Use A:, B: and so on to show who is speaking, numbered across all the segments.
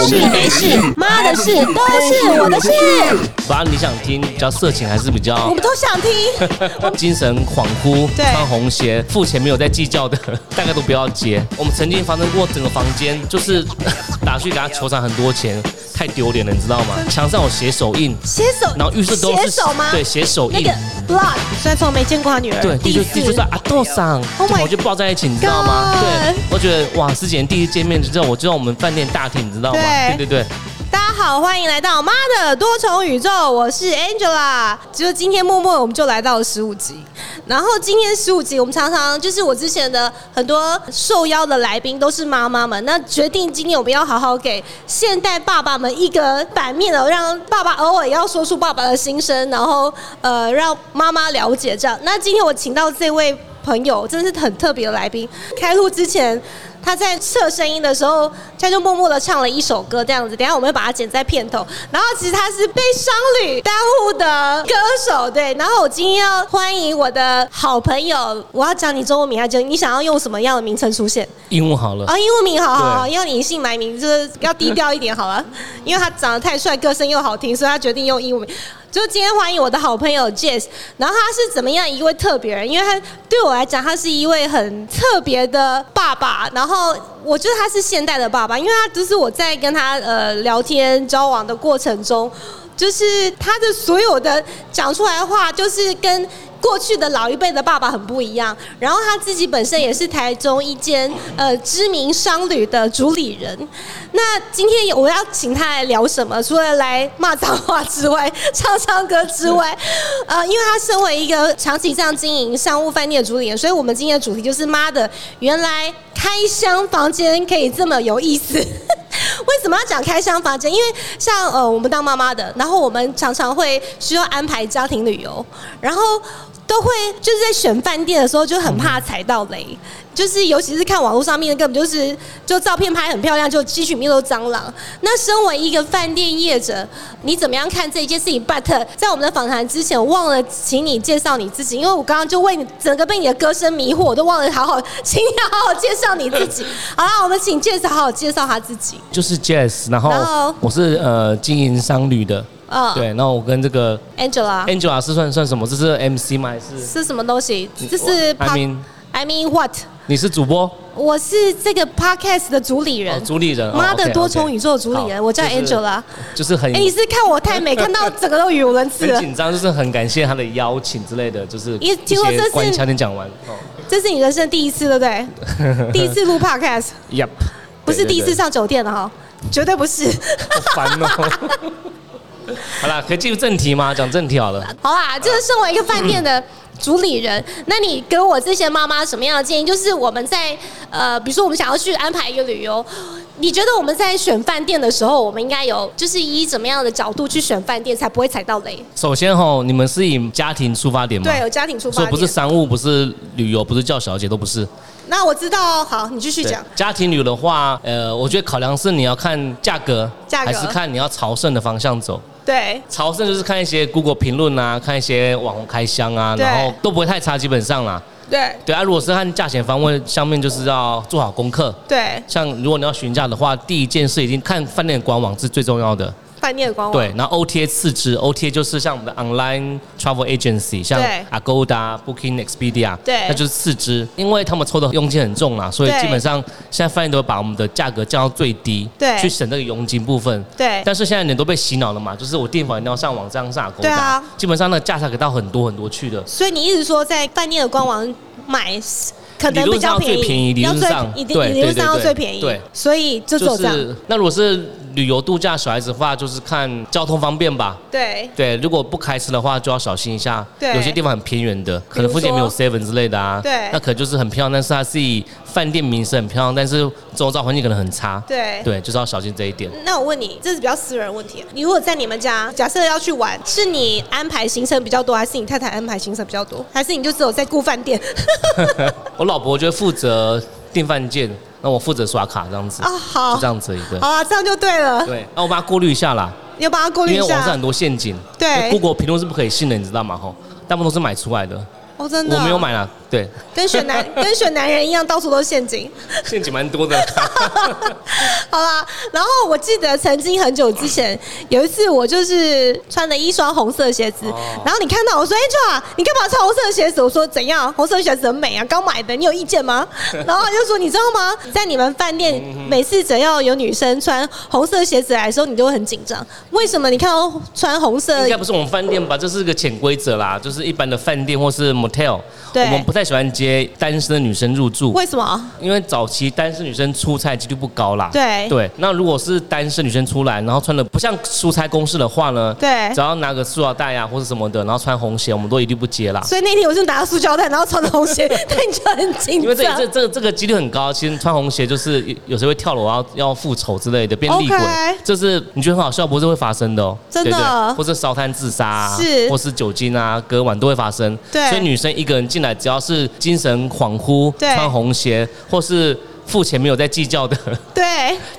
A: 事没事，妈的事
B: 嗯
A: 都是我的事。
B: 反正你想听比较色情还是比
A: 我
B: 较
A: 们都想 听，
B: 精神恍惚、
A: 对
B: 穿红鞋、付钱没有在计较的，大概都不要接。我们曾经发生过整个房间就是打去给他球场很多钱，太丢脸了，你知道吗？墙上有写手印，
A: 写手，
B: 然后浴室都是
A: 写手吗？
B: 对，写手
A: 那
B: 印
A: 个。blood，虽然从来没见过他女儿，
B: 对，这就这就是阿豆桑，
A: Oh
B: 就
A: my
B: 跑去抱在一起，你知道吗？
A: God
B: 对，我觉得哇，之前第一见面就知道，我就在我们饭店大厅，你知道吗？
A: 对
B: 对对对，
A: 大家好，欢迎来到《妈的多重宇宙》，我是 Angela。就是今天默默我们就来到了十五集，然后今天十五集我们常常就是我之前的很多受邀的来宾都是妈妈们，那决定今天我们要好好给现代爸爸们一个版面哦，让爸爸偶尔要说出爸爸的心声，然后呃让妈妈了解这样。那今天我请到这位朋友，真是很特别的来宾。开录之前，他在测声音的时候，他就默默的唱了一首歌，这样子。等一下我们会把它剪在片头。然后其实他是被商旅耽误的歌手，对。然后我今天要欢迎我的好朋友，我要讲你中文名啊，就你想要用什么样的名称出现
B: 鹦鹉好了
A: 啊、，英文名好好好，
B: 对
A: 因为你隐姓埋名，就是要低调一点好了。 因为他长得太帅，歌声又好听，所以他决定用英文名。就今天欢迎我的好朋友 Jess，然后他是怎么样一位特别人？因为他对我来讲，他是一位很特别的爸爸。然后我觉得他是现代的爸爸，因为他就是我在跟他呃聊天交往的过程中，就是他的所有的讲出来的话，就是跟过去的老一辈的爸爸很不一样。然后他自己本身也是台中一间呃知名商旅的主理人。那今天我要请他来聊什么？除了来骂脏话之外， 唱唱歌之外，呃，因为他身为一个长期这样经营商务饭店的主理人，所以我们今天的主题就是妈的，原来开箱房间可以这么有意思。为什么要讲开箱房间？因为像呃，我们当妈妈的，然后我们常常会需要安排家庭旅游，然后都会就是在选饭店的时候就很怕踩到雷，就是尤其是看网络上面的，根本就是就照片拍很漂亮，就机取面都蟑螂。那身为一个饭店业者，你怎么样看这一件事情？But 在我们的访谈之前，我忘了请你介绍你自己，因为我刚刚就为你整个被你的歌声迷惑，我都忘了好好，请你好好介绍你自己。好啦，我们请 Jess 好好介绍他自己。
B: 就是 Jazz，然后
A: 然后
B: 我是呃经营商旅的，
A: 嗯
B: 对，然哎后我跟这个
A: Angela
B: Angela 是算算什么？这是 MC 吗？还是
A: 是什么东西？这是
B: 嗯 I mean
A: I mean what？
B: 你是主播？
A: 我是这个 podcast 的主理
B: 哦
A: 人，，
B: 主理人。
A: 妈的
B: OK，OK
A: 多重宇宙主理人，
B: 好
A: 我叫
B: 就是
A: Angela。
B: 就是很
A: 哎，你是看我 太美，看到整个都语无伦次
B: 很
A: 了。
B: 紧张，就是很感谢他的邀请之类的，就是
A: 因为听说
B: 一些
A: 这是
B: 关于强点讲完。哦
A: 这是你人生第一次，对不 对？第一次录 podcast，
B: Yep，
A: 不是第一次
B: 对对对
A: 上酒店了哈，绝对不是。
B: 好烦哦。 好啦，可以进入正题吗？讲正题好了。
A: 好啦，就是身为一个饭店的主理人，那你给我这些妈妈什么样的建议？就是我们在呃，比如说我们想要去安排一个旅游，你觉得我们在选饭店的时候，我们应该有就是以怎么样的角度去选饭店，才不会踩到雷？
B: 首先吼，你们是以家庭出发点吗？
A: 对，，有家庭出
B: 所
A: 发
B: 以不是
A: 点。
B: 商务，不是旅游，不是叫小姐，都不是。
A: 那我知道，好，你继续
B: 对
A: 讲。
B: 家庭旅游的话，呃，我觉得考量是你要看价格，
A: 价格
B: 还是看你要朝圣的方向走。
A: 对，
B: 朝圣就是看一些 Google 评论啊，看一些网红开箱啊，
A: 对
B: 然后都不会太差，基本上啦。
A: 对，
B: 对啊，如果是看价钱方面，上面就是要做好功课。
A: 对，
B: 像如果你要询价的话，第一件事一定看饭店的官网是最重要的。
A: 饭店的官网。
B: 对，然后 OTA 次之，OTA 就是像我们的 online travel agency，像
A: 对
B: Agoda、Booking、Expedia，
A: 对
B: 那就是次之，因为他们抽的佣金很重啦，所以
A: 对
B: 基本上现在饭店都会把我们的价格降到最低，
A: 对哎
B: 去省那个佣金部分。
A: 对
B: 但是现在人都被洗脑了嘛，就是我订房一定要上网站上 Agoda，
A: 对啊
B: 基本上那个价差可以到很多很多去的。
A: 所以你一直说在饭店的官网买，可能
B: 理
A: 比
B: 论上
A: 较便宜，
B: 最便宜理
A: 要
B: 论
A: 最
B: 上
A: 一
B: 对
A: 定理
B: 对
A: 论上
B: 对
A: 要
B: 对
A: 最便宜。
B: 对
A: 所以就走
B: 就
A: 这样。
B: 是那如果是旅游度假小孩子的话，就是看交通方便吧。
A: 对，
B: 对，如果不开车的话，就要小心一下。
A: 对
B: 有些地方很偏远的，可
A: 比如
B: 能附近没有
A: 说
B: seven 之类的啊。
A: 对
B: 那可能就是很漂亮，但是它是以饭店名声很漂亮，但是周遭环境可能很差。
A: 对
B: 对，就是要小心这一点。
A: 那我问你，这是比较私人的问题。你如果在你们家，假设要去玩，是你安排行程比较多，还是你太太安排行程比较多，还是你就只有在顾饭店？
B: 我老婆就负责订饭店，那我负责刷卡这样子。
A: 啊好
B: 就这样子一个
A: 好。啊，这样就对了。
B: 对，那我帮她过滤一下啦，
A: 你要帮他过
B: 因为
A: 滤一
B: 网上
A: 下
B: 很。多陷阱。
A: 对
B: ，Google 评论是不可以信的，你知道吗？吼，大部分都是买出来的。
A: 哦，真的，
B: 我没有，买啦，对，
A: 跟选男跟选男人一样，到处都是陷阱。
B: 陷阱蛮多的。
A: 好啦，然后我记得曾经很久之前有一次，我就是穿了一双红色鞋子，
B: 哦
A: 然后你看到我说：“哎、欸、，Joa，你干嘛穿红色鞋子？”我说：“怎样？红色鞋子很美啊，刚买的，你有意见 吗？”然后他就说：“你知道吗？在你们饭店，
B: 嗯
A: 每次只要有女生穿红色鞋子来的时候，你就会很紧张。为什么？你看到穿红色
B: 应该不是我们饭店吧？这是个潜规则啦，就是一般的饭店或是 motel，
A: 对
B: 我们不太喜欢接单身的女生入住，
A: 为什么？
B: 因为早期单身女生出差几率不高啦。
A: 对
B: 对，那如果是单身女生出来，然后穿的不像出差公事的话呢，
A: 对
B: 只要拿个塑料袋啊或是什么的，然后穿红鞋，我们都一律不接啦。
A: 所以那天我就拿着塑胶袋，然后穿着 红鞋，但你就很紧
B: 因为这
A: 张
B: 这。这这个几率很高，其实穿红鞋就是有有时候会跳楼要要复仇之类的，变厉鬼
A: OK
B: 这是你觉得很好笑，不是会发生的哦，
A: 真的
B: 对对或是烧炭自杀、啊，
A: 是
B: 或是酒精啊，隔晚都会发生，
A: 对
B: 所以女生一个人进来，只要是精神恍惚，
A: 对
B: 穿红鞋或是付钱没有在计较的，
A: 对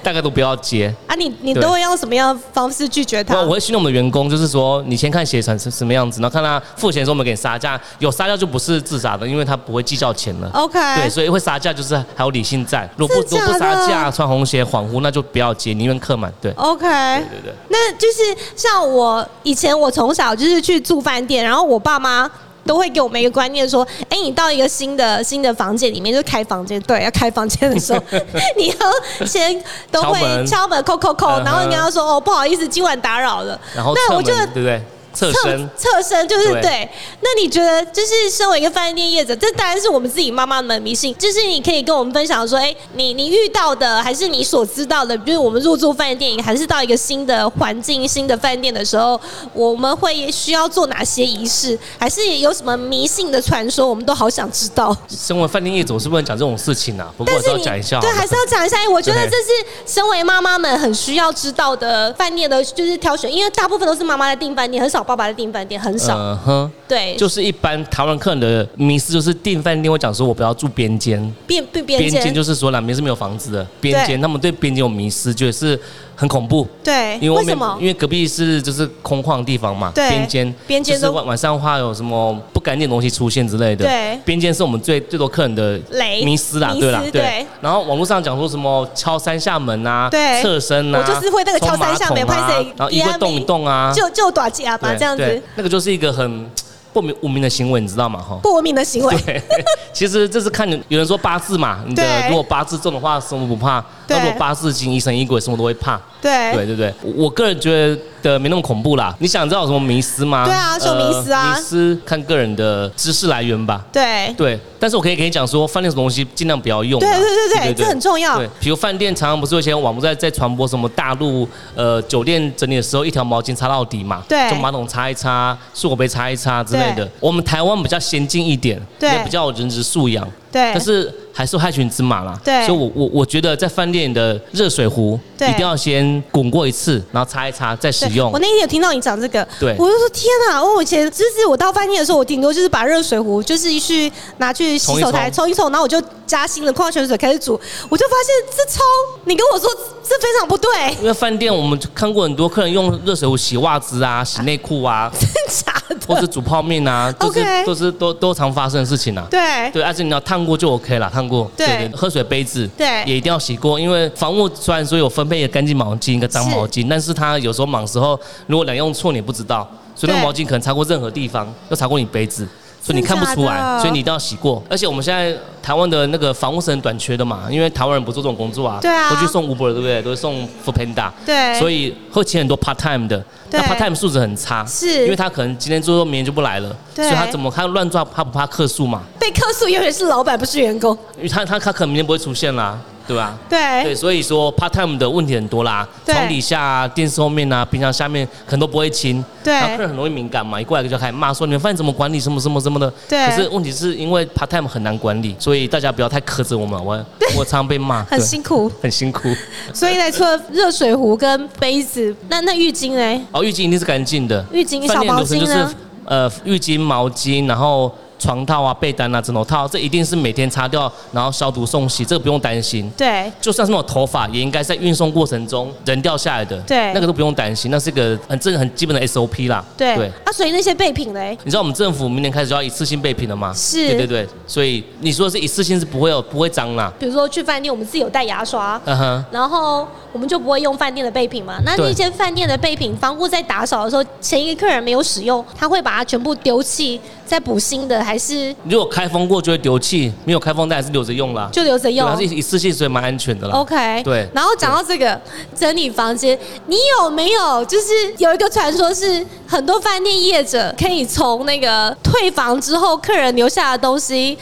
B: 大概都不要接。
A: 啊你，你
B: 对
A: 都会用什么样的方式拒绝他？
B: 我我会训练我们的员工，就是说，你先看鞋长什什么样子，然后看他付钱的时候，我们给你杀价，有杀价就不是自杀的，因为他不会计较钱了。
A: OK，
B: 对，所以会杀价就是还有理性在，如果不
A: 啊真
B: 如果
A: 的假
B: 不
A: 的
B: 杀价，穿红鞋恍惚，那就不要接，宁愿客满。对，
A: OK，
B: 对对
A: 那就是像我以前，我从小就是去住饭店，然后我爸妈。都会给我们一个观念说，哎，你到一个新的新的房间里面，就是开房间，对，要开房间的时候， 你要先都会
B: 敲门
A: 敲门，扣扣扣，
B: 嗯哼
A: 然后你跟他说，哦，不好意思，今晚打扰了。
B: 然后
A: 那
B: 侧
A: 我
B: 门，
A: 就
B: 对不对？侧身，
A: 侧身就是对
B: 对
A: 那你觉得，就是身为一个饭店业者，这当然是我们自己妈妈们迷信，就是你可以跟我们分享说，哎、你你遇到的，还是你所知道的，比如我们入住饭店，还是到一个新的环境、新的饭店的时候，我们会需要做哪些仪式，还是有什么迷信的传说，我们都好想知道。
B: 身为饭店业主是不能讲这种事情啊，不过
A: 但
B: 还是
A: 是
B: 要
A: 你
B: 讲一下好
A: 对，
B: 了。
A: 还是要讲一下。哎我觉得
B: 对
A: 这是身为妈妈们很需要知道的饭店的，就是挑选，因为大部分都是妈妈在订饭店，很少爸爸在订饭店，很少。
B: 嗯哼，
A: 对，
B: 就是一般台湾客人的迷思就是订饭店会讲说我不要住边间，
A: 变变边
B: 边间
A: 间，
B: 就是说南边是没有房子的，边间他们对边间有迷思，觉得是很恐怖。
A: 对，
B: 因为
A: 为
B: 外
A: 什
B: 面
A: 么
B: 因？为隔壁是就是空旷的地方嘛，
A: 对
B: 边间
A: 边间
B: 就是
A: 都
B: 晚晚上的话有什么不干净的东西出现之类的，
A: 对
B: 边间是我们最最多客人的
A: 雷
B: 迷思啦，
A: 迷
B: 对啦
A: 思，对
B: 对。然后网络上讲说什么敲三下门啊，
A: 对
B: 侧身啊，
A: 我就是会那个敲三下门
B: 冲马桶啊
A: 拍谁
B: 然后衣
A: 第
B: 柜
A: 二
B: 动一
A: 名
B: 动啊，
A: 就就短假吧，
B: 对
A: 这样子
B: 对那个就是一个很不明无名的行为，你知道吗？哈，
A: 不文明的行为。
B: 对， 其实这是看你，有人说八字嘛，你
A: 对
B: 的如果八字重的话，什么不怕；
A: 对
B: 那如果八字轻，疑神疑鬼，什么都会怕。
A: 对
B: 对对对，我我个人觉得没那么恐怖啦。你想知道有什么迷思吗？呃
A: 对啊是有迷思啊
B: 迷思看个人的知识来源吧。
A: 对
B: 对，但是我可以给你讲说，饭店什么东西尽量不要用啊。
A: 对对对对这很重要
B: 对，比如饭店常常不是有些网络在在传播什么大陆呃酒店整理的时候，一条毛巾擦到底嘛，
A: 对
B: 就马桶擦一擦，漱口杯擦一擦之类的
A: 对。
B: 我们台湾比较先进一点，
A: 对
B: 也比较有人质素养，
A: 对
B: 但是还是有害群之马啦。
A: 对
B: 所以我我我觉得在饭店的热水壶
A: 对
B: 一定要先滚过一次，然后擦一擦再使
A: 对
B: 用
A: 我。那天有听到你讲这个，
B: 对
A: 我就说天啊！我以前就是我到饭店的时候，我顶多就是把热水壶就是去拿去洗手台冲
B: 冲
A: 一冲，然后我就加新的矿泉水开始煮，我就发现这超，你跟我说这非常不对，
B: 因为饭店我们看过很多客人用热水壶洗袜子啊、洗内裤啊，
A: 真假
B: 或
A: 的？
B: 者煮泡面啊，都是
A: OK
B: 都是都都常发生的事情啊。
A: 对
B: 对，而且你要烫过就 OK 了，烫过。
A: 对
B: 喝水杯子
A: 对
B: 也一定要洗过，因为房屋虽然说有分配的干净毛巾跟脏毛巾，但是它有时候忙的时候，如果两用错你也不知道，所以那
A: 对
B: 个毛巾可能擦过任何地方，又擦过你杯子。所以你看不出
A: 真假
B: 来，
A: 的
B: 所以你一定要洗过。而且我们现在台湾的那个房屋是很短缺的嘛，因为台湾人不做这种工作啊，
A: 对啊
B: 都去送 Uber 对不对？都是送 f o o Panda，
A: 对
B: 所以会请很多 part time 的，那
A: 对
B: part time 素质很差，
A: 是
B: 因为他可能今天做做，明天就不来了，
A: 对
B: 所以他怎么他乱抓，他不怕客诉嘛？
A: 被客诉永远是老板，不是员工。
B: 因为他他他可能明天不会出现啦，对吧？对，
A: 对
B: 所以说 part time 的问题很多啦，
A: 哎对
B: 床底下、啊、电视后面啊、冰箱下面可能都不会清，
A: 对
B: 然后客人很容易敏感嘛，一过来就开始骂说你们饭店怎么管理什么什么什么的，
A: 对
B: 可是问题是因为 part time 很难管理，所以大家不要太苛责我们，我我常被骂，
A: 很
B: 对
A: 辛苦，
B: 很辛苦。
A: 所以呢，除了热水壶跟杯子，那那浴巾呢？
B: 哦，浴巾一定是干净的，
A: 浴巾
B: 饭店
A: 小毛
B: 流程就
A: 巾
B: 是
A: 呢
B: 呃浴巾、毛巾，然后床套啊、被单啊、枕头套，这一定是每天擦掉，然后消毒送洗，这个不用担心。
A: 对，
B: 就算是那种头发，也应该在运送过程中人掉下来的，
A: 对
B: 那个都不用担心，那是一个很正很基本的 SOP 啦。
A: 对，啊，所以那些备品嘞，
B: 你知道我们政府明年开始就要一次性备品了吗？
A: 是
B: 对对对，所以你说是一次性是不会有不会脏啦。
A: 比如说去饭店，我们自己有带牙刷。
B: 嗯哼，
A: 然后我们就不会用饭店的备品嘛。那
B: 对
A: 那些饭店的备品，房屋在打扫的时候，前一个客人没有使用，他会把它全部丢弃，再补新的，还是
B: 如果开封过就会丢弃，没有开封但还是留着用啦。
A: 就留着用
B: 对啊是一一次性，所以蛮安全的啦。
A: ？OK。
B: 对
A: 然后讲到这个整理房间，你有没有就是有一个传说是很多饭店业者可以从那个退房之后客人留下的东西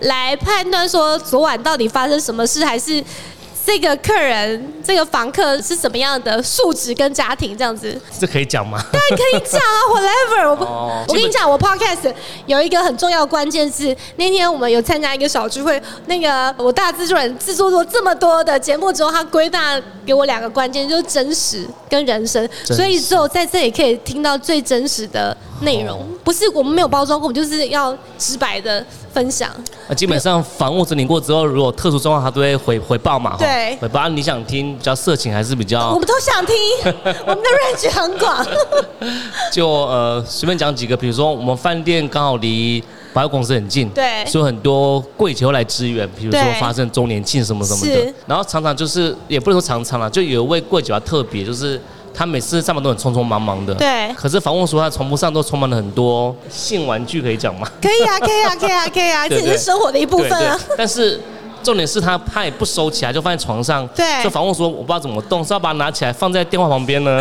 A: 来判断说昨晚到底发生什么事，还是？这个客人，这个房客是怎么样的素质跟家庭这样子？
B: 这可以讲 吗？
A: 但可以讲啊，whatever 我不。
B: 哦
A: 我跟你讲，我 podcast 有一个很重要的关键字。那天我们有参加一个小聚会，那个我大制作人制作过这么多的节目之后，他归纳给我两个关键，就是真实跟人生。
B: 真实
A: 所以只有在这里可以听到最真实的内容
B: 哦，
A: 不是我们没有包装过，我们就是要直白的分享。
B: 啊，基本上房屋整理过之后，如果特殊状况，它都会回回报嘛。吼
A: 对
B: 回报。啊你想听比较色情还是比
A: 我
B: 较
A: 们都 想听，我们的 range 很广。
B: 就呃随便讲几个，比如说我们饭店刚好离百货公司很近，
A: 对
B: 所以很多柜姐会来支援，比如说
A: 对
B: 发生周年庆什么什么
A: 是
B: 的。然后常常就是也不能说常常啦，就有一位柜姐比较特别，就是。她每次上班都很匆匆忙忙的，
A: 对
B: 可是访问说她床铺上都充满了很多性玩具，可以讲吗？
A: 可 以啊，可以啊，可以啊，可以啊，这
B: 对
A: 也是生活的一部分啊。
B: 对对但是重点是他他也不收起来，就放在床上。
A: 对
B: 就访问说我不知道怎么动，是要把它拿起来放在电话旁边 呢，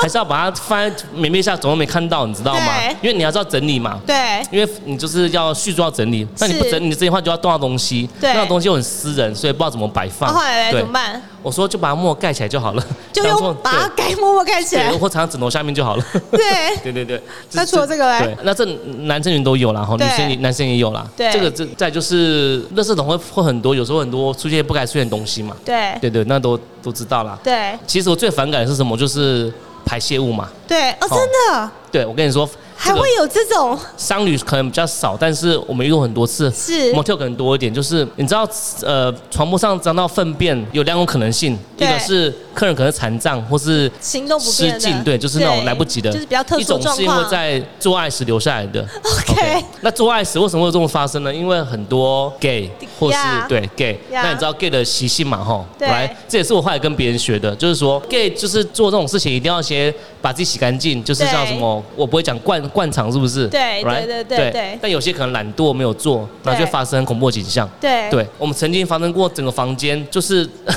B: 还是要把它放在棉被下，总都没看到，你知道吗
A: 对？
B: 因为你还是要整理嘛。
A: 对，
B: 因为你就是要叙述要整理，那你不
A: 是
B: 整理这些话就要动到东西，
A: 对
B: 那东西又很私人，所以不知道怎么摆
A: 然
B: 放。
A: 后来
B: 对
A: 怎么？办？啊
B: 我说就把墨盖起来就好了，
A: 就
B: 当作
A: 用把它
B: 对
A: 盖默默盖起来
B: 对，。或藏在枕头下面就好了。
A: 对，
B: 对对对，
A: 那除了这个嘞
B: 对，那这男生女都有啦，哈，女
A: 对
B: 生也男生也有啦。
A: 对
B: 这个这再就是，垃圾桶会会很多，有时候很多出现不该出现的东西嘛。
A: 对，
B: 对对，那都都知道啦。
A: 对，
B: 其实我最反感的是什么？就是排泄物嘛。
A: 对，哦，
B: 好
A: 真的
B: 对，我跟你说，
A: 还会有这种
B: 商旅可能比较少，但是我们遇过很多次。
A: 是
B: motel 可能多一点，就是你知道，呃，床铺上沾到粪便有两种可能性，一
A: 对
B: 个是客人可能是残障，或是
A: 行动不
B: 失
A: 便的，
B: 禁，对，就是那种来不及的，
A: 就是比较特
B: 一
A: 殊
B: 种
A: 的状
B: 是因为
A: 况。
B: 在做爱时留下来的。
A: OK，
B: 那做爱时为什么会有这种发生呢？因为很多 gay 或是
A: Yeah
B: 对 gay，
A: Yeah
B: 那你知道 gay 的习性嘛？吼，
A: 对
B: 来，这也是我后来跟别人学的，就是说 gay 就是做这种事情一定要先把自己洗干净，就是
A: 对
B: 像什么，我不会讲灌灌肠是不是？
A: 对
B: Right？
A: 对对对对
B: 但有些可能懒惰没有做，那就
A: 对
B: 会发生恐怖的景象。
A: 对，
B: 对，我们曾经发生过整个房间就是。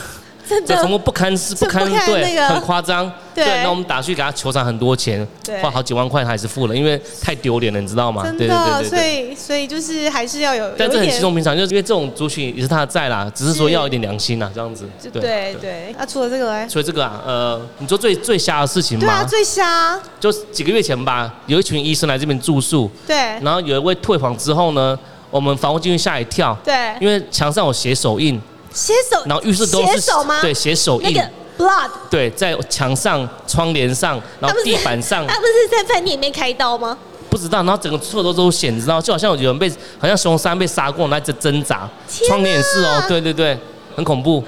A: 真
B: 这
A: 的
B: 宠物不堪是不堪，
A: 这不堪那
B: 对，
A: 个
B: 很夸张。
A: 对
B: 那我们打去给他求偿很多钱
A: 对，
B: 花好几万块还是付了，因为太丢脸了，你知道吗？
A: 真
B: 对对对
A: 的，
B: 对
A: 所
B: 对。
A: 以所以就是还是要有，
B: 但
A: 有
B: 这
A: 一
B: 很
A: 点
B: 稀松平常，就是因为这种族群也是他的债啦，只是说
A: 是
B: 要有一点良心啊，这样子。
A: 就对对。那除了这个嘞，
B: 所以这个啊，呃，你说最最瞎的事情
A: 对啊，
B: 吗？
A: 最瞎，
B: 就是几个月前吧，有一群医生来这边住宿，
A: 对
B: 然后有一位退房之后呢，我们房屋进去吓一跳，
A: 对，
B: 因为墙上有血手印，
A: 写手，
B: 然后浴室都
A: 写
B: 是
A: 手吗？
B: 对，血手
A: 那
B: 印。
A: 个 blood，
B: 对，在墙上、窗帘上，然
A: 他
B: 后
A: 不是啊
B: 地板 上，
A: 他不是在饭店里面开刀吗？
B: 不知道，然后整个厕所都是血，你知道，就好像有人被，好像熊山被杀过，然后一直挣扎，
A: 天哪
B: 窗帘也是哦，对对对，很恐怖。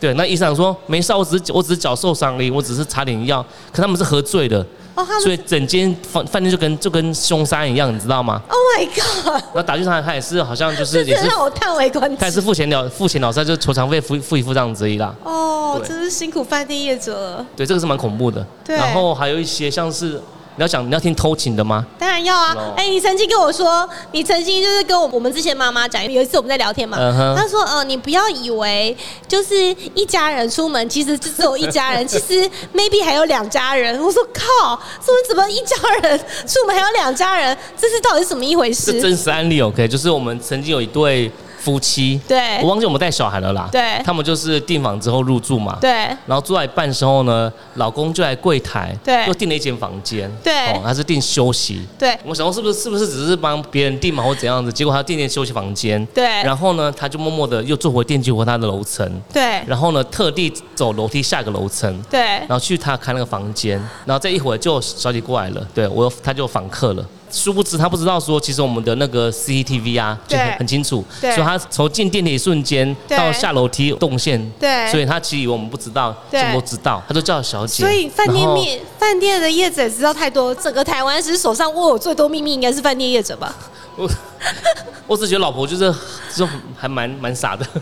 B: 对，那医生说没事啊，我只是我只是脚受伤而已，我只是擦点药，可他们是喝醉的，
A: 哦，他
B: 所以
A: 们
B: 整间饭饭店就跟就跟凶杀一样，你知道吗？
A: ，Oh my god，
B: 然后打去他，他也是好像就是
A: 这
B: 也
A: 真的
B: 是，
A: 让我叹为观止。
B: 他也是付钱了付钱了事，他就求偿费付付一付这样子而已啦。
A: 哦，
B: 对
A: 真是辛苦饭店业者了。
B: 对，这个是蛮恐怖的。
A: 对
B: 然后还有一些像是你要讲你要听偷情的吗？
A: 当然要啊
B: No！
A: 哎、你曾经跟我说，你曾经就是跟我我们之前妈妈讲，有一次我们在聊天嘛
B: 嗯哼
A: 她说，呃，你不要以为就是一家人出门，其实就只有一 家人，其实 maybe 还有两家人。我说靠，怎么怎么一家人出门还有两家人？这是到底是怎么一回
B: 是
A: 事？
B: 真实案例，OK，就是我们曾经有一对夫妻，
A: 对
B: 我忘记我们带小孩了啦，
A: 对
B: 他们就是订房之后入住嘛，，
A: 对
B: 然后住到一半的时候呢，老公就来柜台，
A: 对
B: 又订了一间房间，哦
A: 对
B: 他是订休息。
A: 对
B: 我想说是不是是不是只是帮别人订嘛，或怎样子？结果他订间休息房间，
A: 对
B: 然后呢，他就默默的又坐回电梯回他的楼层，
A: 对
B: 然后呢，特地走楼梯下一个楼层，
A: 对
B: 然后去他开那个房间，然后再一会儿就有小姐过来了，对我又他就有访客了，殊不知他不知道说，其实我们的那个 CCTV 啊，就很
C: 对
B: 很清楚，所
C: 对
B: 以他从进电梯瞬间
C: 对
B: 到下楼梯动线，
C: 对
B: 所以他其实以为我们不知道，
C: 对
B: 怎么知道？他就叫小姐，
C: 所以
A: 饭店
B: 然后
A: 面饭店的业者也知道太多，整个台湾是手上握有最多秘密应该是饭店业者吧？
B: 我我只觉得老婆就是就还蛮蛮傻的。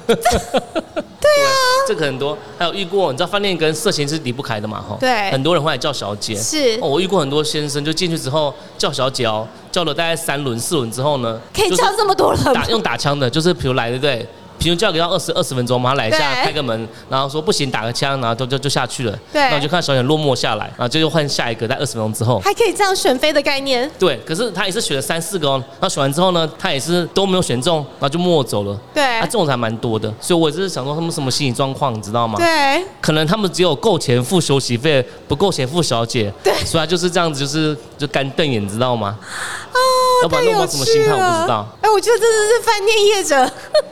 B: 对啊，这个很多，还有遇过，你知道饭店跟色情是离不开的嘛？哈，
C: 对
B: 很多人会来叫小姐。
C: 是
B: 哦，我遇过很多先生，就进去之后叫小姐哦，叫了大概三轮四轮之后呢，
A: 可以
B: 就是
A: 叫这么多人吗
B: 打？用打枪的，就是比如来对不对？比如叫个要二十二十分钟嘛，他来一下
C: 对
B: 开个门，然后说不行打个枪，然后就就就下去了。
C: 对
B: 然后就看小姐落寞下来，然后就又换下一个，在二十分钟 之后。
A: 还可以这样选妃的概念，
B: 对，可是他也是选了三四个哦，然后选完之后呢，他也是都没有选中，然后就默走了。
C: 对
B: 啊，这种才蛮多的，所以我也是想说他们什么心理状况，你知道吗？，
C: 对，
B: 可能他们只有够钱付休息费，不够钱付小姐。
C: 对
B: 所以他就是这样子，就是就干瞪眼，你知道吗？
C: 哦
B: 要不然
C: 太有
B: 弄到什么心态
C: 趣了
B: 我不知道
C: 哎，我觉得这就是饭店业者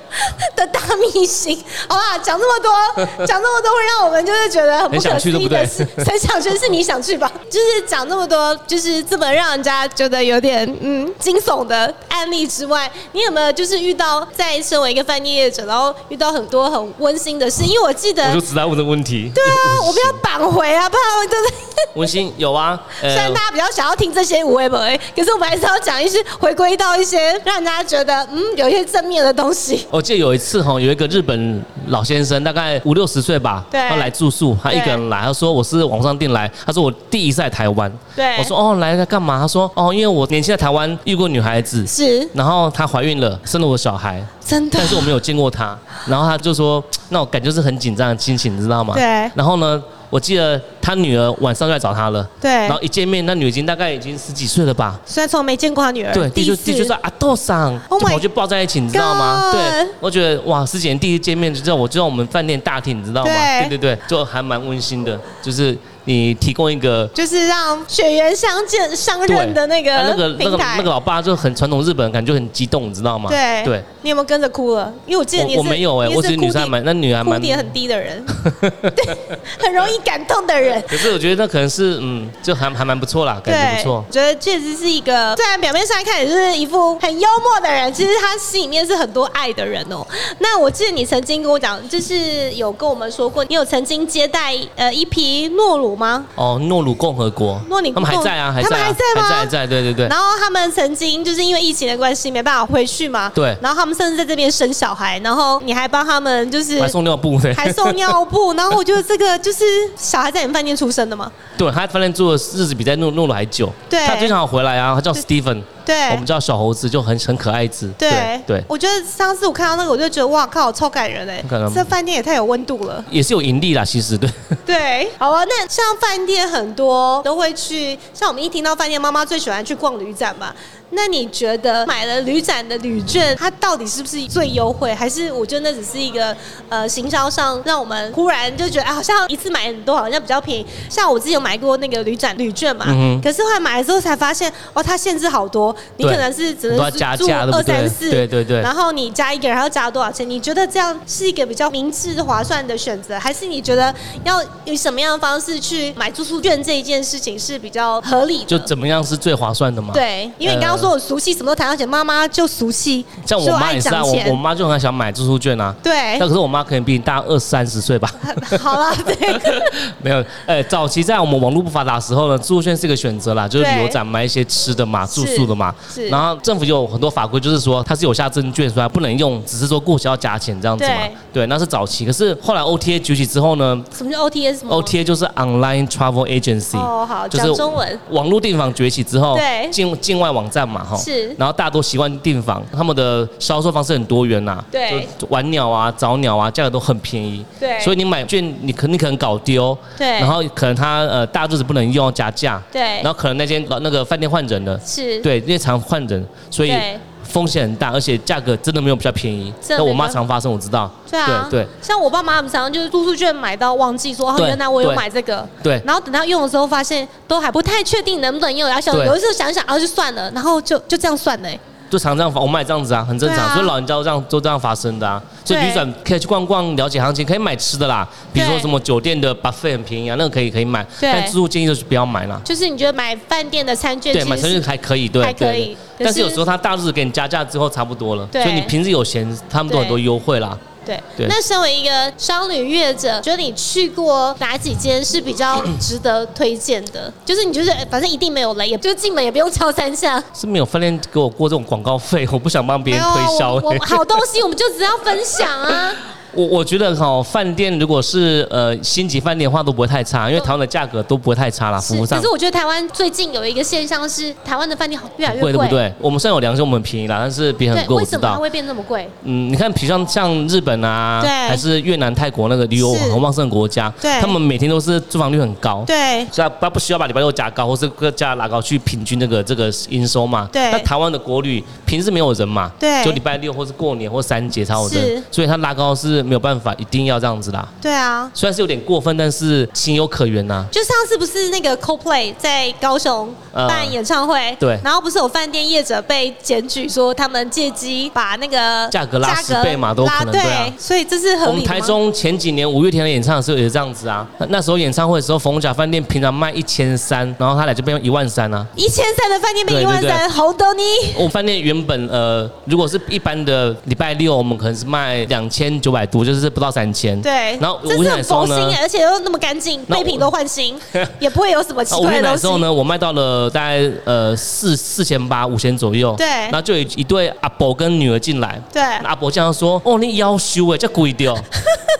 A: 的大明星，好吧，讲这么 多，讲这么多会让我们就是觉得很不可思议的事。 谁想去是你想去 吧？
C: 就是讲那么多，
A: 就是这么让人家觉得有点嗯惊悚的案例之外，你有没有就是遇到在身为一个饭店业者，然后遇到很多很温馨的事？因为我记得
B: 我就知道问这个问题。
A: 对啊，我们要绑回啊，不然就是
B: 温馨有啊，
A: 虽
B: 呃
A: 然，大家比较想要听这些无为不为，可是我们还是要讲一些回归到一些让人家觉得嗯有一些正面的东西。
B: 我记得有一次哈，有一个日本老先生，大概五六十岁吧，
C: 对
B: 他来住宿，他一个人来，他说我是网上订来，他说我第一次来台湾，
C: 对
B: 我说哦来来干嘛？他说哦因为我年轻在台湾遇过女孩子，
A: 是
B: 然后她怀孕了，生了我小孩，
A: 真的
B: 但是我没有见过她，然后她就说那我感觉是很紧张的心情，你知道吗？
C: 对
B: 然后呢，我记得她女儿晚上就来找她了，
C: 对
B: 然后一见面，那女儿已经大概已经十几岁了吧，
C: 虽然从来没见过他
A: 哎
C: 女儿，
B: 对，
C: 第
B: 弟
C: 一
B: 就
C: 次
B: 弟就是阿豆桑，就
C: Oh my
B: 跑去抱在一起，你知道吗？
C: God
B: 对，我觉得哇，师姐第一见面就知道，我就在我们饭店大厅，你知道吗？对
C: 对
B: 对对，就还蛮温馨的，就是你提供一个。
C: 就是让
A: 血缘相见相
B: 对
A: 认的那
B: 啊那
A: 个
B: 个那
A: 平
B: 个
A: 台
B: 那个老爸就很传统日本人，感觉很激动，你知道吗？
C: 对
B: 对，
A: 你有没有跟着哭了？因为我记得你
B: 我
A: 是
B: 我没有哎、
A: 你
B: 我
A: 是
B: 只是女生还蛮，那女还
A: 哭
B: 蛮。
A: 点很低的人， 对，很容易感动 的人。
B: 可是我觉得那可能是嗯，就还还蛮不错啦，感觉不错
A: 我。觉得确实是一个，虽然表面上看也是一副很幽默的人，其实他心里面是很多爱的人哦。那我记得你曾经跟我讲，就是有跟我们说过，你有曾经接待呃一批诺鲁吗？
B: 哦，诺鲁共和国，
A: 诺鲁共
B: 他们还在啊，还
A: 他
B: 在、
A: 们
B: 啊，
A: 还在吗
B: 还在，还在，对对对
A: 然。后他们曾经就是因为疫情的关系没办法回去嘛，
B: 对
A: 然后他们甚至在这边生小孩，然后你还帮他们就是
B: 还送尿布呢，
A: 还送尿布， 然后我觉得这个就是小孩在你们饭店出生的嘛，
B: 对他饭店住的日子比在诺诺鲁还久。
A: 对
B: 他经常回来啊，他叫 Steven，
A: 对哎
B: 我们叫小猴子，就很很可爱子。
A: 对
B: 对，
A: 我觉得上次我看到那个，我就觉得哇靠，超感人哎
B: 感人，
A: 这饭店也太有温度了。
B: 也是有盈利啦，其实对。
A: 对， 好啊，那像饭店很多都会去，像我们一听到饭店，妈妈最喜欢去逛旅展嘛。那你觉得买了旅展的旅券，它到底是不是最优惠？还是我觉得那只是一个呃行销上让我们忽然就觉得啊，好像一次买很多好像比较便宜。像我之前有买过那个旅展旅券嘛，
B: 嗯哼
A: 可是后来买了之后才发现，哦，它限制好多，你
B: 对
A: 可能是只 能
B: 都要加
A: 住
B: 价对不
A: 二
B: 对
A: 三四，
B: 对对对
A: 然后你加一个人还要加多少钱？你觉得这样是一个比较明智划算的选择，还是你觉得要以什么样的方式去买住宿券这一件事情是比较合理的？
B: 就怎么样是最划算的嘛？，
A: 对，因为你刚刚说我俗气，什么都谈到钱，妈妈就俗气，
B: 像我
A: 就
B: 妈
A: 爱
B: 也是啊，
A: 讲哎
B: 我
A: 钱
B: 我妈就很想买住宿券啊。
A: 对
B: 那，可是我妈可能比你大二三十岁吧？
A: 好啦，对，
B: 没有，呃，早期在我们网络不发达的时候呢，住宿券是一个选择啦，就是
C: 对
B: 旅游展买一些吃的嘛、住宿的嘛。
A: 是
B: 然后政府有很多法规，就是说它是有下证券，所以它不能用，只是说过期要加钱这样子嘛。对，那是早期。可是后来
A: 嗯
B: OTA 举起之后呢，
A: 什么叫 OTA 什么
B: OTA 就是 Online Travel Agency，
A: 嗯哦好
B: 就是
A: 讲中文
B: 网络订房崛起之后，
A: 对
B: 境境外网站嘛，哈，
A: 是
B: 然后大家都习惯订房，他们的销售方式很多元呐，
A: 对，
B: 玩鸟啊、找鸟啊，价格都很便宜，
A: 对
B: 所以你买券，你可你可能搞丢，
A: 对
B: 然后可能他呃大日子不能用加价，
A: 对
B: 然后可能那间老那个饭店换人了，
A: 是，
B: 对，因为常换人，所以
A: 对
B: 风险很大，而且价格真的没有比较便宜，
A: 这
B: 那我
A: 没
B: 妈
A: 办法
B: 常发生，我知道，
A: 对啊，
B: 对对
A: 像我爸妈他们常常就是住宿券买到忘记说，哦，
B: 对
A: 原来我有
B: 对
A: 买这个，
B: 对
A: 然后等到用的时候发现都还不太确定能不能用，然后想
B: 对
A: 有一次想想，啊，就算了，然后就就这样算了欸，
B: 就常这样发，我们也这样子啊，很正
A: 对
B: 常。
A: 啊
B: 所以老人家都这样都这样发生的啊。所以
A: 对
B: 旅转可以去逛逛，了解行情，可以买吃的啦，比如说
A: 对
B: 什么酒店的 buffet 很便宜啊，那个可以可以买。
A: 对
B: 但自助建议就是不要买啦。
A: 就是你觉得买饭店的餐券，
B: 对，买生日还可以，对，
A: 还可
B: 对
A: 以
B: 对
A: 可
B: 但
A: 是
B: 是有时候他大日子给你加价之后差不多了，
A: 对
B: 所以你平时有闲，他们都很多优惠啦。
A: 对，
B: 对
A: 那身为一个商旅业者，觉得你去过哪几间是 比较值得推荐的？就是你就是呃反正一定没有雷，也就进门也不用敲三下。
B: 是没有饭店给我过这种广告费，我不想帮别人
A: 啊
B: 推销、
A: 我我
B: 欸。
A: 好东西我们就只要分享 啊。
B: 我我觉得哈，饭店如果是呃星级饭店的话都不会太差，因为台湾的价格都不会太差啦，服
A: 是，
B: 务
A: 可
B: 上
A: 是。我觉得台湾最近有一个现象是，台湾的饭店好越来越
B: 贵对不对？我们虽然有良心，我们很便宜啦，但是别人很贵，
A: 对，为
B: 我知
A: 什么它
B: 道。
A: 会变那么贵？
B: 嗯，你看，比如像像日本啊，
C: 对
B: 还是越南、泰国那个旅游
C: 是
B: 很旺盛的国家，
C: 对
B: 他们每天都是住房率很高，
C: 对
B: 所以他不需要把礼拜六加高，或是加拉高去平均这个这个营收嘛。
C: 对
B: 那台湾的国旅平时没有人嘛，
C: 对
B: 就礼拜六或是过年或三节才有
A: 是
B: 人，所以他拉高是没有办法，一定要这样子啦。
C: 对啊，
B: 虽然是有点过分，但是情有可原呐、
C: 就上次不是那个 CoPlay 在高雄
B: 呃
C: 办演唱会，
B: 对
C: 然后不是有饭店业者被检举说他们借机把那
A: 呃
C: 个
B: 价格拉
C: 价格
B: 10倍嘛都有可能
C: 拉
B: 对啊
C: 对，所以这是合
B: 我
C: 理的
B: 们
C: 吗
B: 台中前几年五月天的演唱的时候也是这样子啊，那时候演唱会的时候，冯甲饭店平常卖一千三，然后他俩就变一万三啊。
C: 一千三的饭店变
B: 对
C: 一
B: 对
C: 万
B: 对
C: 三，好懂你。
B: 我饭店原本呃，如果是一般的礼拜六，我们可能是卖两千九百多，就是不到三千。
C: 对，
B: 然后
C: 这
B: 五
C: 是
B: 月奶
C: 很
B: 烧
C: 佛心
B: 呢
C: 哎，，而且又那么干净，
B: 那我
C: 备品都 换新，也不会有什么奇
B: 啊，五
C: 怪
B: 月
C: 的
B: 奶
C: 东西
B: 时候。呢，我卖到了大概呃四四千八五千左右。
C: 对
B: 然后就有一对阿伯跟女儿进来，
C: 对
B: 那阿伯这样说：“哦，你腰修哎，这贵 掉。”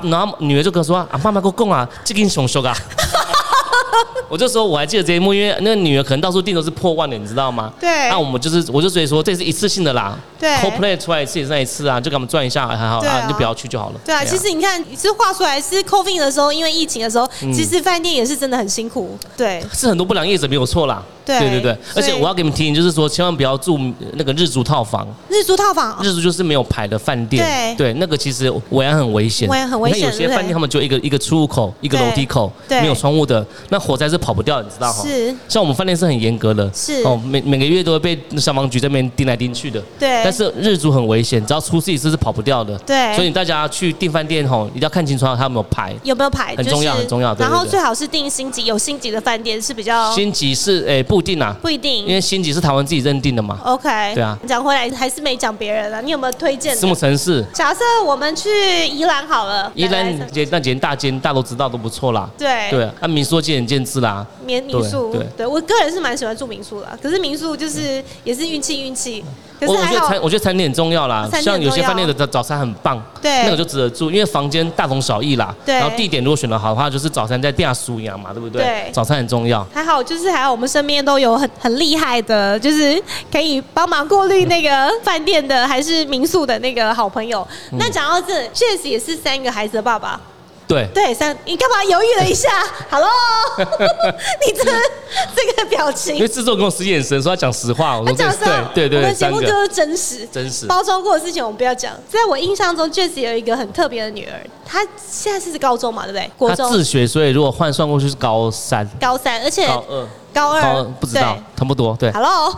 B: 然后女儿就跟我说：“啊，妈妈给我讲啊，这根熊 熊啊。”我就说我还记得这一幕，因为那个女儿可能到处订都是破万的，你知道吗？
C: 对
B: 那我们就是，我就所以说这是一次性的啦。
C: 对
B: c o p l a y 出来一次也是那一次啊，就给我们赚一下还好
C: 对
B: 啊，
C: 啊
B: 你就不要去就好了。
C: 对啊，其实你看，其实话说来是 COVID 的时候，因为疫情的时候，
B: 嗯
C: 其实饭店也是真的很辛苦。对，
B: 是很多不良业者没有错啦。
C: 对
B: 对对，而
C: 所以
B: 且我要给你们提醒，就是说千万不要住那个日租套房。
C: 日租套房，
B: 日租就是没有牌的饭店，对，那个其实维安很危险，
C: 维安很危险
B: 你看有些饭店他们就一个一个出入口，一个楼梯口，
C: 对
B: 没有窗户的，那火灾是跑不掉，你知道哈？
C: 是
B: 像我们饭店是很严格的，
C: 是
B: 哦，每每个月都会被消防局这边盯来盯去的。
C: 对
B: 但是日租很危险，只要出事一次是跑不掉的。
C: 对
B: 所以大家去订饭店吼，一定要看清楚它有没有牌。
C: 有没有牌
B: 很重要
C: 就是
B: 很重要对
C: 然后
B: 对对
C: 最好是订星级，有星级的饭店是比较
B: 星级是诶不一定啊，
C: 不一定
B: 因。为星级是台湾自己认定的
C: 哦
B: 嘛。
C: OK，
B: 对啊
C: 讲回来还是没讲别人啊，你有没有推荐
B: 什
C: 的
B: 么？城市？
C: 假设我们去宜兰好了，
B: 宜
C: 来来
B: 兰街那几间大间大家都知道都不错啦。
C: 对
B: 对啊，那民宿见仁见智啦。
C: 民民宿，
B: 对
C: 对
B: 对
C: 我个人是蛮喜欢住民宿的，可是民宿就是也是运气运气，可
B: 我
C: 是
B: 我
C: 还
B: 觉得餐
C: 好，哦
B: 我觉得餐点很重要啦，
C: 餐点
B: 像
C: 很
B: 有些
C: 重要
B: 饭店的早早餐很棒，
C: 对
B: 那个就值得住，因为房间大同小异啦。
C: 对
B: 然后地点如果选得好的话，就是早餐在地下苏阳嘛，对不对？
C: 对
B: 早餐很重要。
C: 还好就是还好我们身边都有很很厉害的，就是可以帮忙过滤那个饭店的还是民宿的那个好朋友。
B: 嗯
C: 那讲到这，确实也是三个孩子的爸爸。
B: 对，
C: 对，三，你干嘛犹豫了 一下？Hello，你这这个 表
B: 因
C: 情
B: 为，制作给我使眼神，说要讲实话，我
C: 他
B: 说
C: 讲实话，
B: 对对对对，
C: 我们节
B: 三
C: 目
B: 个
C: 就是真实，
B: 真实
C: 包装过的事情我们不要讲。在我印象中，确实有一个很特别的女儿，她现在是高中嘛，对不对？国
B: 他
C: 中、
B: 自学，所以如果换算过去是高三、
C: 高三，而且
B: 高二、
C: 高二
B: 高不知道
C: 对，
B: 差不多对。
C: Hello，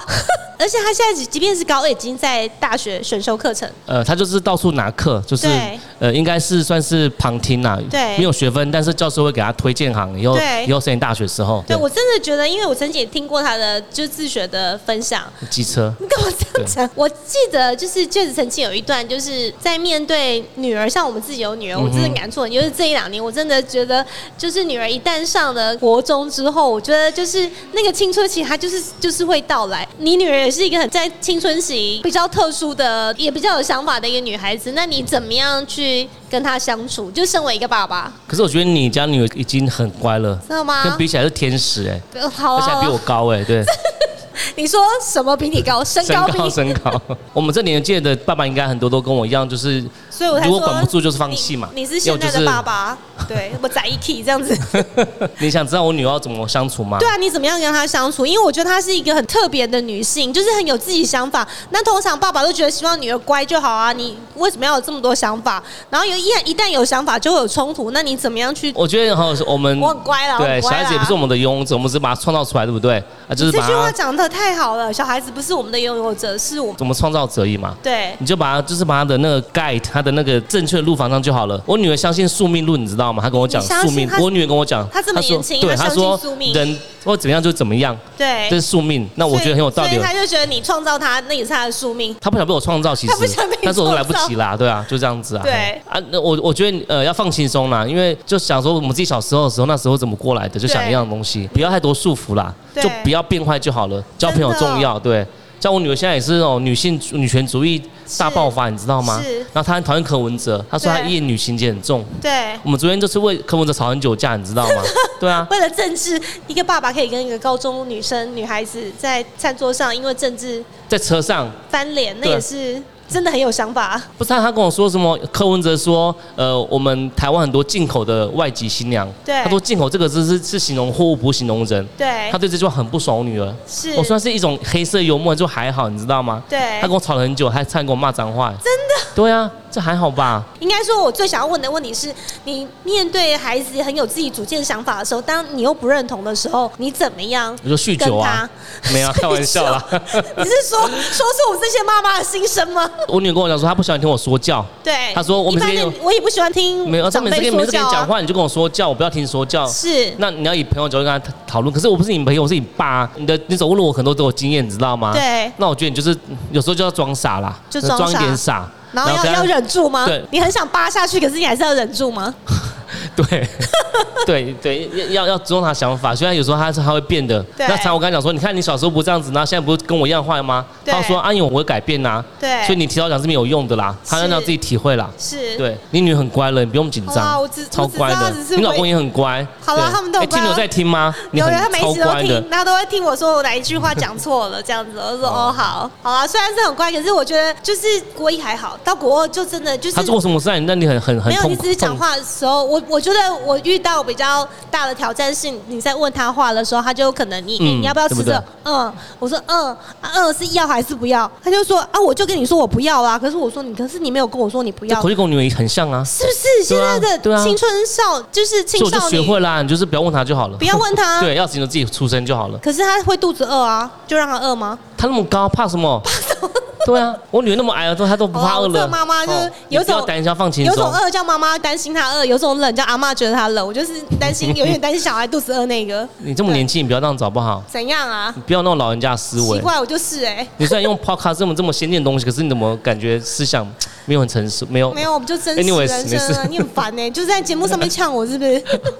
C: 而 且他现在即便是高二，已经在大学选修课程，
B: 呃，他就是到处拿课，就是
C: 对
B: 呃，应该是算是旁听啦，
C: 对
B: 没有学分，但是教授会给他推荐行，以后
C: 对
B: 以后升大学时候，
C: 对我真的觉得，因为我曾经也听过他的就是自学的分享。
B: 机车，
C: 你干嘛这样讲？我记得就是确实曾经有一段，就是在面对女儿，像我们自己有
B: 嗯
C: 女儿，我真的感触很，就是这一两年，我真的觉得，就是女儿一旦上了国中之后，我觉得就是那个青春期，它就是就是会到来。你女儿也是一个很在青春期比较特殊的，也比较有想法的一个女孩子，那你怎么样去跟她相处？就身为一个爸爸，
B: 可是我觉得你家女儿已经很乖了，
C: 知道吗？
B: 跟比起来是天使哎、
C: 呃好
B: 而且还
C: 啊
B: 比，我高哎、对，
C: 你说什么比你高？ 身
B: 身
C: 高比
B: 高
C: 你，
B: 身 高。我们这年纪的爸爸应该很多都跟我一样，就是
C: 所以我才
B: 如
C: 说，
B: 果管不住就是放弃嘛
C: 你你是现在
B: 要就是
C: 的爸爸，对，我宰一 key 这样子。
B: 你想知道我女儿要怎么相处吗？
C: 对啊，你怎么样跟她相处？因为我觉得她是一个很特别的女性，就是很有自己想法。那通常爸爸都觉得希望女儿乖就好啊，你为什么要有这么多想法？然后有一一旦有想法就会有冲突，那你怎么样去？
B: 我觉得哈，我们
C: 我很乖啊啦，我
B: 嗯对
C: 很
B: 小
C: 乖啦
B: 孩子也不是我们的拥有者，我们只是把它创造出来，对不对？啊，就是
C: 这
B: 把
C: 句话
B: 它
C: 讲的太好了，小孩子不是我们的拥有者，是我们
B: 怎么创造者意嘛。
C: 对。
B: 你就把它就是把它的那个 guide，它的那个正确的路法上就好了。我女儿相信宿命论，你知道吗？她跟我讲
C: 你相信
B: 宿命
C: 她，
B: 我女儿跟我讲，
C: 她这么
B: 说
C: 年轻
B: 对，她
C: 她相信
B: 说
C: 宿命
B: 人或怎么样就怎么样，哎
C: 对，
B: 这是宿命。那我觉得很有道
C: 所以
B: 理哦
C: 所以。他就觉得你创造他，那也是他的宿命。
B: 她不想被我创造，其实
C: 她不想被，你
B: 但是我都来不
C: 创
B: 及啦，对啊，就这样子啊。
C: 对
B: 嘿啊，那我我觉得呃要放轻松啦，因为就想说我们自己小时候的时候，那时候怎么过来的，就想
C: 对
B: 一样东西，不要太多束缚啦，
C: 对
B: 就不要变坏就好了。交朋友
C: 真的
B: 重要，对。像我女儿现在也是那种女性女权主义大
C: 是
B: 爆发，你知道吗？
C: 是
B: 然后她很讨厌柯文哲，她说她
C: 对
B: 厌女情节很重。
C: 对，
B: 我们昨天就是为柯文哲吵很久架，你知 道吗？对啊，
C: 为了政治，一个爸爸可以跟一个高中女生、女孩子在餐桌上因为政治
B: 在车上
C: 翻脸，那
B: 对
C: 也是真的很有想法。
B: 不是他，他跟我说什么？柯文哲说，呃，我们台湾很多进口的外籍新娘，
C: 对
B: 他说进口这个字是是形容货物，不形容人。
C: 对
B: 他，对这句话很不爽，我女儿。
C: 哎是哎
B: 我说是一种黑色幽默，就还好，你知道吗？
C: 对
B: 他跟我吵了很久，还差点跟我骂脏话。真的？对啊，这还好吧？
C: 应该说，我最想要问的问题是：你面对孩子很有自己主见想法的时候，当你又不认同的时候，你怎么样
B: 我说酗
C: 跟
B: 酒啊
C: 他？，
B: 没有啊，开玩笑啦。
C: 你是说说出我们这些妈妈的心声吗？
B: 我女儿跟我讲说，她不喜欢听我说教。
C: 对，
B: 她说我
C: 一
B: 们这
C: 般
B: 边有
C: 的我也不喜欢听
B: 没有，她
C: 长
B: 每次
C: 辈
B: 跟每
C: 说
B: 次跟
C: 教
B: 你讲
C: 啊，
B: 话，你就跟我说教，我不要听你说教。
C: 是
B: 那你要以朋友角度跟他讨论，可是我不是你朋友，我是你爸啊、你的你走过路我很多都有经验，你知道吗？
C: 对
B: 那我觉得你就是有时候就要装傻啦，
C: 就装傻
B: 一点傻，
C: 然后要
B: 跟他
C: 要忍住吗？
B: 对
C: 你很想扒下去，可是你还是要忍住吗？
B: 对。对对，要要要尊重他想法。虽然有时候他是他会变的，
C: 对
B: 那常常我跟他讲说，你看你小时候不这样子，然后现在不是跟我一样坏吗？
C: 对
B: 他说啊，因为我会改变呐、
C: 对
B: 所以你提早讲是没有用的啦，他要让
C: 是
B: 自己体会啦。
C: 是，
B: 对你女儿很乖了，你不用紧
C: 好啦
B: 张
C: 我只，
B: 超乖
C: 我
B: 的
C: 只知道只是。
B: 你老
C: 会
B: 公也很乖。
C: 好啦
B: 对
C: 他们都有
B: 哎听你
C: 乖
B: 有
C: 啊
B: 在听吗？你
C: 有
B: 很
C: 人他每一
B: 超
C: 集都
B: 乖的
C: 听，。他都会听我说我哪一句话讲错了，这样子，我就说哦好，好啊，虽然是很乖，可是我觉得就是国一还好，到国二就真的就是
B: 他做过什么事让你让你很很很
C: 没有，
B: 痛
C: 你只是讲
B: 痛
C: 话的时候，我我觉得我遇到比较大的挑战是，你在问他话的时候，他就可能你、
B: 嗯
C: 你要不要吃这
B: 对不
C: 个？嗯，我说嗯啊嗯是要还是不要？他就说啊，我就跟你说我不要啊，可是我说你，可是你没有跟我说你不
B: 这
C: 要
B: 口，气跟我女儿也很像啊，
C: 是不是？现
B: 对啊
C: 在
B: 对
C: 的
B: 啊
C: 青春少就是
B: 所以
C: 青
B: 我就
C: 少
B: 学
C: 年，
B: 会啦，你就是不要问他就好了，
C: 不要问他
B: 对，要只能自己出声就好 了。
C: 可是他会肚子饿啊，就让他饿吗？
B: 他那么高，怕什么？对啊，我女儿那么矮了，都她都不怕饿
C: 哦这
B: 了。
C: 个妈妈就是
B: 哦
C: 有
B: 你不要
C: 种
B: 担心，要放轻
C: 有种
B: 松。
C: 饿叫妈妈担心他饿，有种冷叫阿妈觉得他冷。我就是担心，有点担心小孩肚子饿那 个
B: 你这么年轻，你不要这样子好不好？
C: 怎样啊？
B: 不要那种老人家的思
C: 奇
B: 维。
C: 怪，我就是哎、
B: 你虽然用 podcast 这么这么先进的东西，可是你怎么感觉思想没有很成熟？没有
C: 没有，我们就真实
B: 哦 Anyways，
C: 人生
B: 没
C: 啊！
B: 事
C: 你很烦呢、就是在节目上面呛我， 是不是？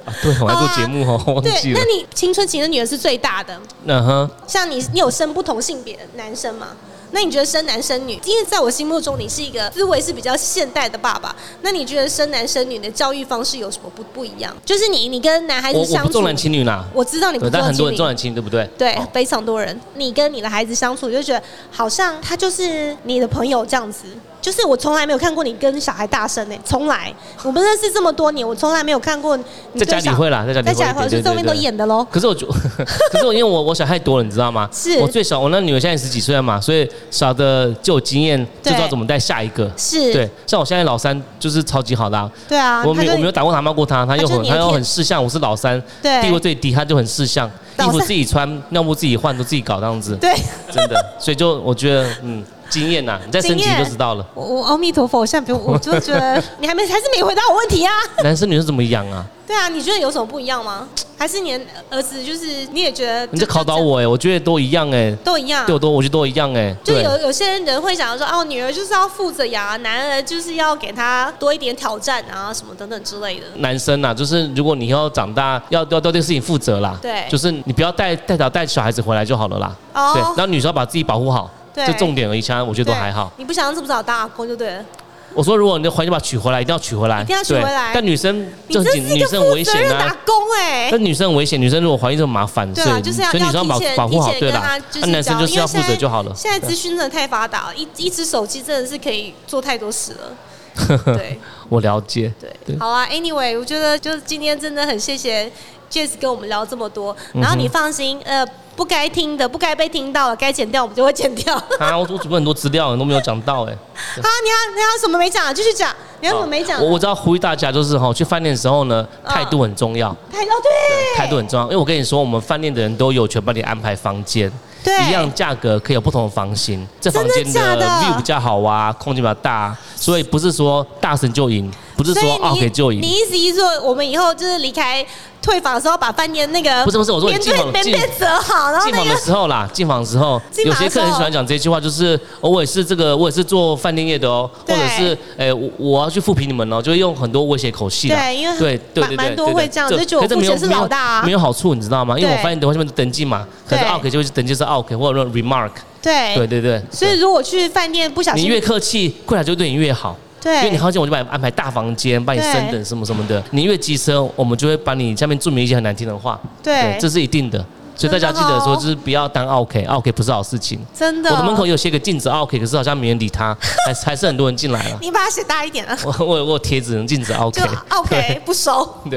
B: 啊对，我还做节目哦，忘
C: 对
B: 记，了
C: 那。你青春期的女儿是最大的，
B: 嗯哼，
C: 像你，你有生不同性别的男生吗？那你觉得生男生女？因为在我心目中，你是一个思维是比较现代的爸爸。那你觉得生男生女的教育方式有什么不不一样？就是你，你跟男孩
B: 我
C: 子
B: 我
C: 相
B: 不
C: 处
B: 重，男轻女啦。
C: 我知道你不
B: 对，但很多人重
C: 重
B: 男
C: 男
B: 轻
C: 轻女
B: 女，对不对？
C: 对
B: 哦，
C: 非常多人。你跟你的孩子相处，就觉得好像他就是你的朋友这样子。就是我从来没有看过你跟小孩大声呢、欸从来我们认识这么多年，我从来没有看过你
B: 在
C: 对
B: 家里
C: 小
B: 会啦，在家里
C: 在
B: 会，
C: 讲话
B: 对
C: 是
B: 对
C: 这边
B: 对
C: 都
B: 对
C: 演的喽。
B: 可是我就， 可是我因为我我小孩太多了，你知道吗？
C: 是
B: 我最小，我那女儿现在十几岁了嘛，所以小的就有经验，就
C: 对
B: 知道怎么带下一个。
C: 是，
B: 对，像我现在老三就是超级好的、啊，
C: 对啊，
B: 我
C: 他
B: 没有
C: 就
B: 我没有打过他骂过他，他又
C: 他就
B: 很
C: 黏
B: 他又
C: 贴
B: 很识相，我是老三，
C: 对
B: 地位最低，他就很识相，衣
C: 老
B: 服
C: 三
B: 自己穿，尿布自己换，都自己搞这样 子，
C: 对。
B: 真的，所以就我觉得嗯，经验呐、你再升级
C: 经验
B: 就知道了，
C: 我我阿弥陀佛，我现在不用，我就觉得你还没还是没回答我问题啊。
B: 男生女生怎么养 啊？
C: 对啊，你觉得有什么不一样吗？还是你的儿子就是你也觉得
B: 你在
C: 就
B: 考倒我哎、我觉得都一样哎、
C: 都一样
B: 对我？都我觉得都一样哎、
C: 嗯就
B: 对。
C: 有有些人会想说，哦，女儿就是要负责养啊，男儿就是要给他多一点挑战啊，什么等等之类的。
B: 男生呐、就是如果你要长大，要要对这事情负责啦。
C: 对
B: 就是你不要带带小带小孩子回来就好了啦。
C: 哦
B: 对，然后女生要把自己保护好，
C: 对
B: 这重点而已，其他我觉得都
C: 对
B: 还好。
C: 你不想要这么早当阿公就对了。
B: 我说，如果你的环境把它取回来，一定要取回来，
C: 一定要取
B: 对
C: 回来
B: 但女生
C: 你
B: 就很
C: 真是
B: 紧，
C: 一
B: 女
C: 个
B: 生
C: 负
B: 很危
C: 责
B: 险
C: 任打
B: 啊。
C: 工哎、
B: 但女生很危险，女生如果怀孕就很麻烦，
C: 对啊，就是要
B: 所以女生
C: 要
B: 要保
C: 提前
B: 保护好，
C: 提前
B: 对
C: 跟
B: 啦
C: 他。就
B: 那
C: 是
B: 男生就
C: 交流
B: 是
C: 因为
B: 要负责
C: 现在
B: 就好了。
C: 现在资讯真的太发达了，一一只手机真的是可以做太多事了。对
B: 我了解。对
C: 对，好啊。Anyway，我觉得就是今天真的很谢谢 Jess 跟我们聊这么多。
B: 嗯
C: 然后你放心，呃，不该听的、不该被听到的，该剪掉我们就会剪 掉。啊，
B: 啊，我我准备很多资料，你都没有讲到哎。
C: 你还你还有什么没讲啊？继续讲，你还有什么没讲啊？
B: 我我知道呼吁大家就是哈，去饭店的时候呢，
C: 嗯
B: 态度很重要。
C: 态度哦对，
B: 态度很重要，因为我跟你说，我们饭店的人都有权帮你安排房间，
C: 对
B: 一样价格可以有不同的房型，这
C: 真
B: 房
C: 的
B: 间
C: 假的
B: view 比较好啊，空间比较大，所以不是说大神就赢，不是
C: 所以
B: 说
C: 你
B: OK 就赢
C: 你，意思是说，我们以后就是离开退房的时候，把饭店那个
B: 不是不是我说你
C: 边
B: 进
C: 对
B: 房
C: 边
B: 进
C: 边折好，然后
B: 进
C: 哦那
B: 房
C: 个
B: 的时候啦，进房的时候，
C: 进
B: 有
C: 房的
B: 些客人
C: 时候
B: 喜欢讲这句话，就是、哦我也是这个，我也是做饭店业的哦，或
C: 对
B: 者是哎、我我要去复评你们哦，就会用很多威胁口气啦
C: 对因为
B: 对对
C: 蛮
B: 对对，
C: 蛮多
B: 对
C: 会
B: 对
C: 这样就觉得
B: 可
C: 我付
B: 没有
C: 钱是
B: 没有
C: 老大啊
B: 没有好处，你知道吗？因为我
C: 对
B: 发现都会下面登记嘛，可是
C: 对
B: OK 就会登记是 OK 或者 remark，
C: 对
B: 对对对，
C: 所以如果去饭店不小
B: 你
C: 心
B: 越客气，柜台就对你越好。
C: 对
B: 因为你靠近，我就帮你安排大房间，帮你
C: 对
B: 升等什么什么的。你越机车，我们就会帮你下面注明一些很难听的话。
C: 对哦
B: 这是一定的。所以大家记得说，就是不要当 OK，OK 不是好事情。
C: 真
B: 我
C: 的，哦
B: 的门口也有些个禁止 OK，可是好像没人理他， 还是还是很多人进来了。
C: 你把它写大一点啊，
B: 我我我有贴纸能禁止 OK，
C: 就 OK 不熟，
B: 对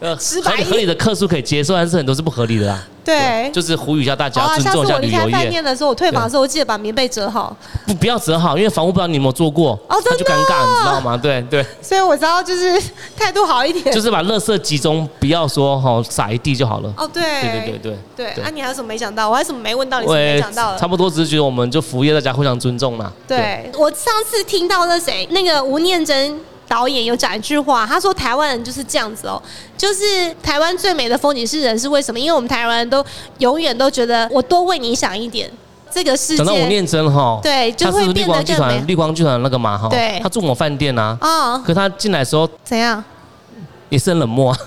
B: 对，呃，
C: 直
B: 合
C: 白
B: 理
C: 一
B: 合理的客数可以接受，但是很多是不合理的啦。
C: 对。
B: 就是呼吁一下大
C: 好
B: 家
C: 啊，
B: 尊
C: 下次
B: 重一下
C: 我离
B: 旅
C: 开
B: 游
C: 饭
B: 业
C: 店。的时候，我退房的时候，我记得把棉被折好。
B: 不不要折好，因为房屋不知道你有没有做过，
C: 哦
B: 他就尴
C: 真的哦
B: 尬，你知道吗？对对，
C: 所以我知道，就是 态度好一点。
B: 就是把垃圾集中，不要说哈撒一地就好了。
C: 哦，对，
B: 对对对
C: 对。
B: 对
C: 啊，你还有什么没讲到？我还有什么没问到？你什么没讲到
B: 喂差
C: 了？
B: 不多只是觉得我们就服务业大家互相尊重嘛。
C: 对，我上次听到那谁，那个吴念真导演有讲一句话，他说台湾人就是这样子哦，就是台湾最美的风景是人，是为什么？因为我们台湾人都永远都觉得我多为你想一点，这个世
B: 讲到吴
C: 界。
B: 念真哈，
C: 对就
B: 他
C: 会
B: 是绿
C: 变
B: 光
C: 得
B: 剧
C: 更
B: 团
C: 美
B: 绿光剧团那个嘛哈，
C: 对
B: 他住我饭店啊，
C: 哦，
B: 可他进来的时候
C: 怎样？
B: 也是很冷 漠，啊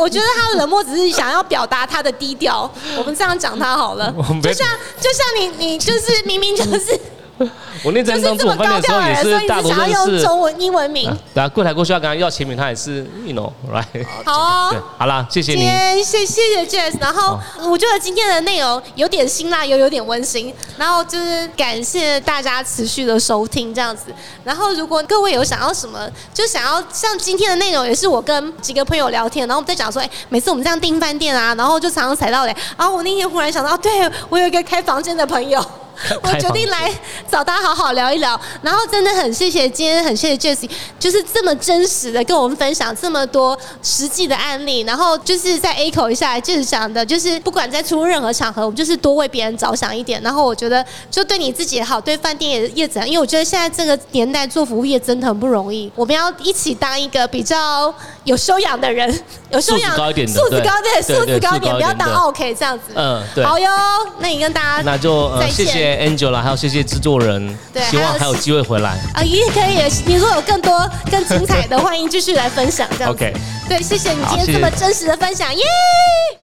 C: 我觉得他的冷漠只是想要表达他的低调。我们这样讲他好了
B: 我嗯没，
C: 就像就像你你就是明明就是
B: 我念
C: 就
B: 真
C: 是
B: 刚
C: 这
B: 住我
C: 么
B: 饭
C: 高
B: 店的时
C: 调
B: 候也
C: 的人，所以
B: 是
C: 你
B: 大
C: 只
B: 多
C: 想
B: 认
C: 要用
B: 识。
C: 中文英文名。
B: 啊然后柜台过去要跟他要签名，他也是，you know，right？
C: 好哦、
B: 对，好啦，谢谢
C: 今
B: 你。哦
C: 天谢谢谢 Jess，然后我觉得今天的内容有点辛辣，又有点温馨，然后就是感谢大家持续的收听这样子。然后如果各位有想要什么，就想要像今天的内容，也是我跟几个朋友聊天，然后我们在讲说，哎，每次我们这样订饭店啊，然后就常常踩到雷。然后我那天忽然想到，哦，对我有一个开房间的朋友。我决定来找他好好聊一聊，然后真的很谢谢今天，很谢谢 Jessie，就是这么真实的跟我们分享这么多实际的案例，然后就是在 A 口一下来就是讲的，就是不管在出入任何场合，我们就是多为别人着想一点，然后我觉得就对你自己也好，对饭店也业者，因为我觉得现在这个年代做服务业真的很不容易，我们要一起当一个比较有修养的人， 有修养
B: 素质高一点的
C: 素质
B: 对
C: 高对，
B: 对
C: 素
B: 对
C: 质高
B: 素质高一
C: 一点，
B: 点
C: 不要当
B: 的
C: OK 这样子，
B: 嗯对
C: 好哟，那你跟大家
B: 那就呃
C: 再
B: 谢
C: 见
B: 谢 Angela，还有谢谢制作人，
C: 对
B: 希望还
C: 还
B: 有
C: 有
B: 机会回来。
C: 啊，也可以。你如果有更多、更精彩的，欢迎继续来分享。这样子
B: OK
C: 对，谢谢你今
B: 好
C: 天
B: 谢
C: 这么
B: 谢
C: 真实的分享，耶、